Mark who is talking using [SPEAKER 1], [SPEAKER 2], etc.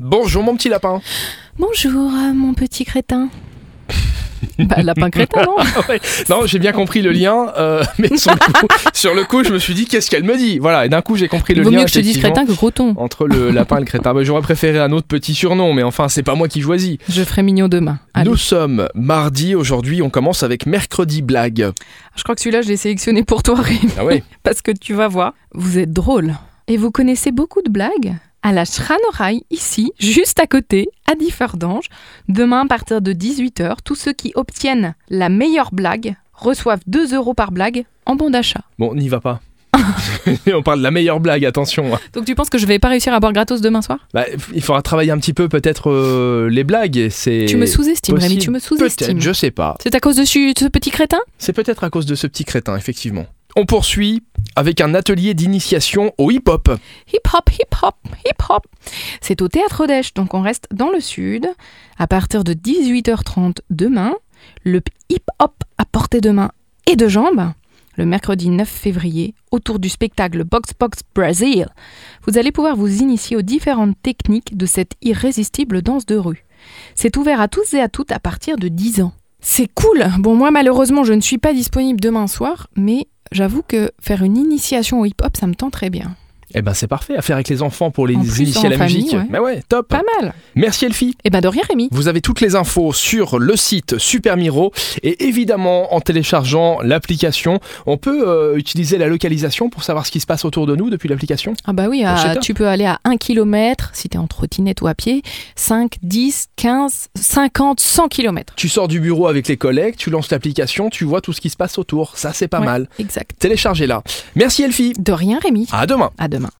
[SPEAKER 1] Bonjour mon petit lapin.
[SPEAKER 2] Bonjour, euh, mon petit crétin. bah, lapin crétin, non
[SPEAKER 1] Ouais. Non, j'ai bien compris le lien, euh, mais sur le, coup, sur le coup, je me suis dit qu'est-ce qu'elle me dit. Voilà, et d'un coup, j'ai compris le
[SPEAKER 2] Vaut
[SPEAKER 1] lien
[SPEAKER 2] mieux que je te dise
[SPEAKER 1] effectivement,
[SPEAKER 2] crétin que croton.
[SPEAKER 1] entre le lapin et le crétin. Bah, J'aurais préféré un autre petit surnom, mais enfin, c'est pas moi qui choisis.
[SPEAKER 2] Je ferai mignon demain. Allez.
[SPEAKER 1] Nous sommes mardi aujourd'hui, on commence avec mercredi blague.
[SPEAKER 2] Je crois que celui-là, je l'ai sélectionné pour toi, Rémi,
[SPEAKER 1] Ah ouais.
[SPEAKER 2] parce que tu vas voir. Vous êtes drôle. Et vous connaissez beaucoup de blagues À la Schranorail, ici, juste à côté, à Differdange. Demain, à partir de 18h, tous ceux qui obtiennent la meilleure blague reçoivent 2 euros par blague en bon d'achat.
[SPEAKER 1] Bon, n'y va pas. on parle de la meilleure blague, attention. hein.
[SPEAKER 2] Donc tu penses que je vais pas réussir à boire gratos demain soir
[SPEAKER 1] Bah, il faudra travailler un petit peu peut-être euh, les blagues. et C'est
[SPEAKER 2] Tu me sous-estimes, Rémi,
[SPEAKER 1] possible.
[SPEAKER 2] tu me
[SPEAKER 1] peut-être,
[SPEAKER 2] sous-estimes.
[SPEAKER 1] je sais pas.
[SPEAKER 2] C'est à cause de ce- de ce petit crétin
[SPEAKER 1] C'est peut-être à cause de ce petit crétin, effectivement. On poursuit avec un atelier d'initiation au hip-hop.
[SPEAKER 2] Hip hop, hip hop, hip hop. C'est au théâtre d'Esch, donc on reste dans le sud. À partir de 18h30 demain, le hip hop à portée de main et de jambes. Le mercredi 9 février, autour du spectacle Box Box Brazil, vous allez pouvoir vous initier aux différentes techniques de cette irrésistible danse de rue. C'est ouvert à tous et à toutes à partir de 10 ans. C'est cool Bon, moi malheureusement, je ne suis pas disponible demain soir, mais j'avoue que faire une initiation au hip-hop, ça me tend très bien.
[SPEAKER 1] Eh ben c'est parfait à faire avec les enfants pour les
[SPEAKER 2] En plus,
[SPEAKER 1] initier à
[SPEAKER 2] en
[SPEAKER 1] la
[SPEAKER 2] famille,
[SPEAKER 1] musique.
[SPEAKER 2] ouais.
[SPEAKER 1] Mais ouais, top.
[SPEAKER 2] Pas mal
[SPEAKER 1] Merci Elfie.
[SPEAKER 2] Eh ben de rien Rémi.
[SPEAKER 1] Vous avez toutes les infos sur le site Super Miro et évidemment en téléchargeant l'application. On peut euh, utiliser la localisation pour savoir ce qui se passe autour de nous depuis l'application.
[SPEAKER 2] Ah bah oui, à-
[SPEAKER 1] chez toi.
[SPEAKER 2] tu peux aller à 1 km si t'es en trottinette ou à pied, 5, 10, 15, 50, 100 km.
[SPEAKER 1] Tu sors du bureau avec les collègues, tu lances l'application, tu vois tout ce qui se passe autour. Ça c'est pas
[SPEAKER 2] Ouais.
[SPEAKER 1] mal.
[SPEAKER 2] Exact.
[SPEAKER 1] Téléchargez-la. Merci Elfie.
[SPEAKER 2] De rien Rémi.
[SPEAKER 1] À demain.
[SPEAKER 2] À demain.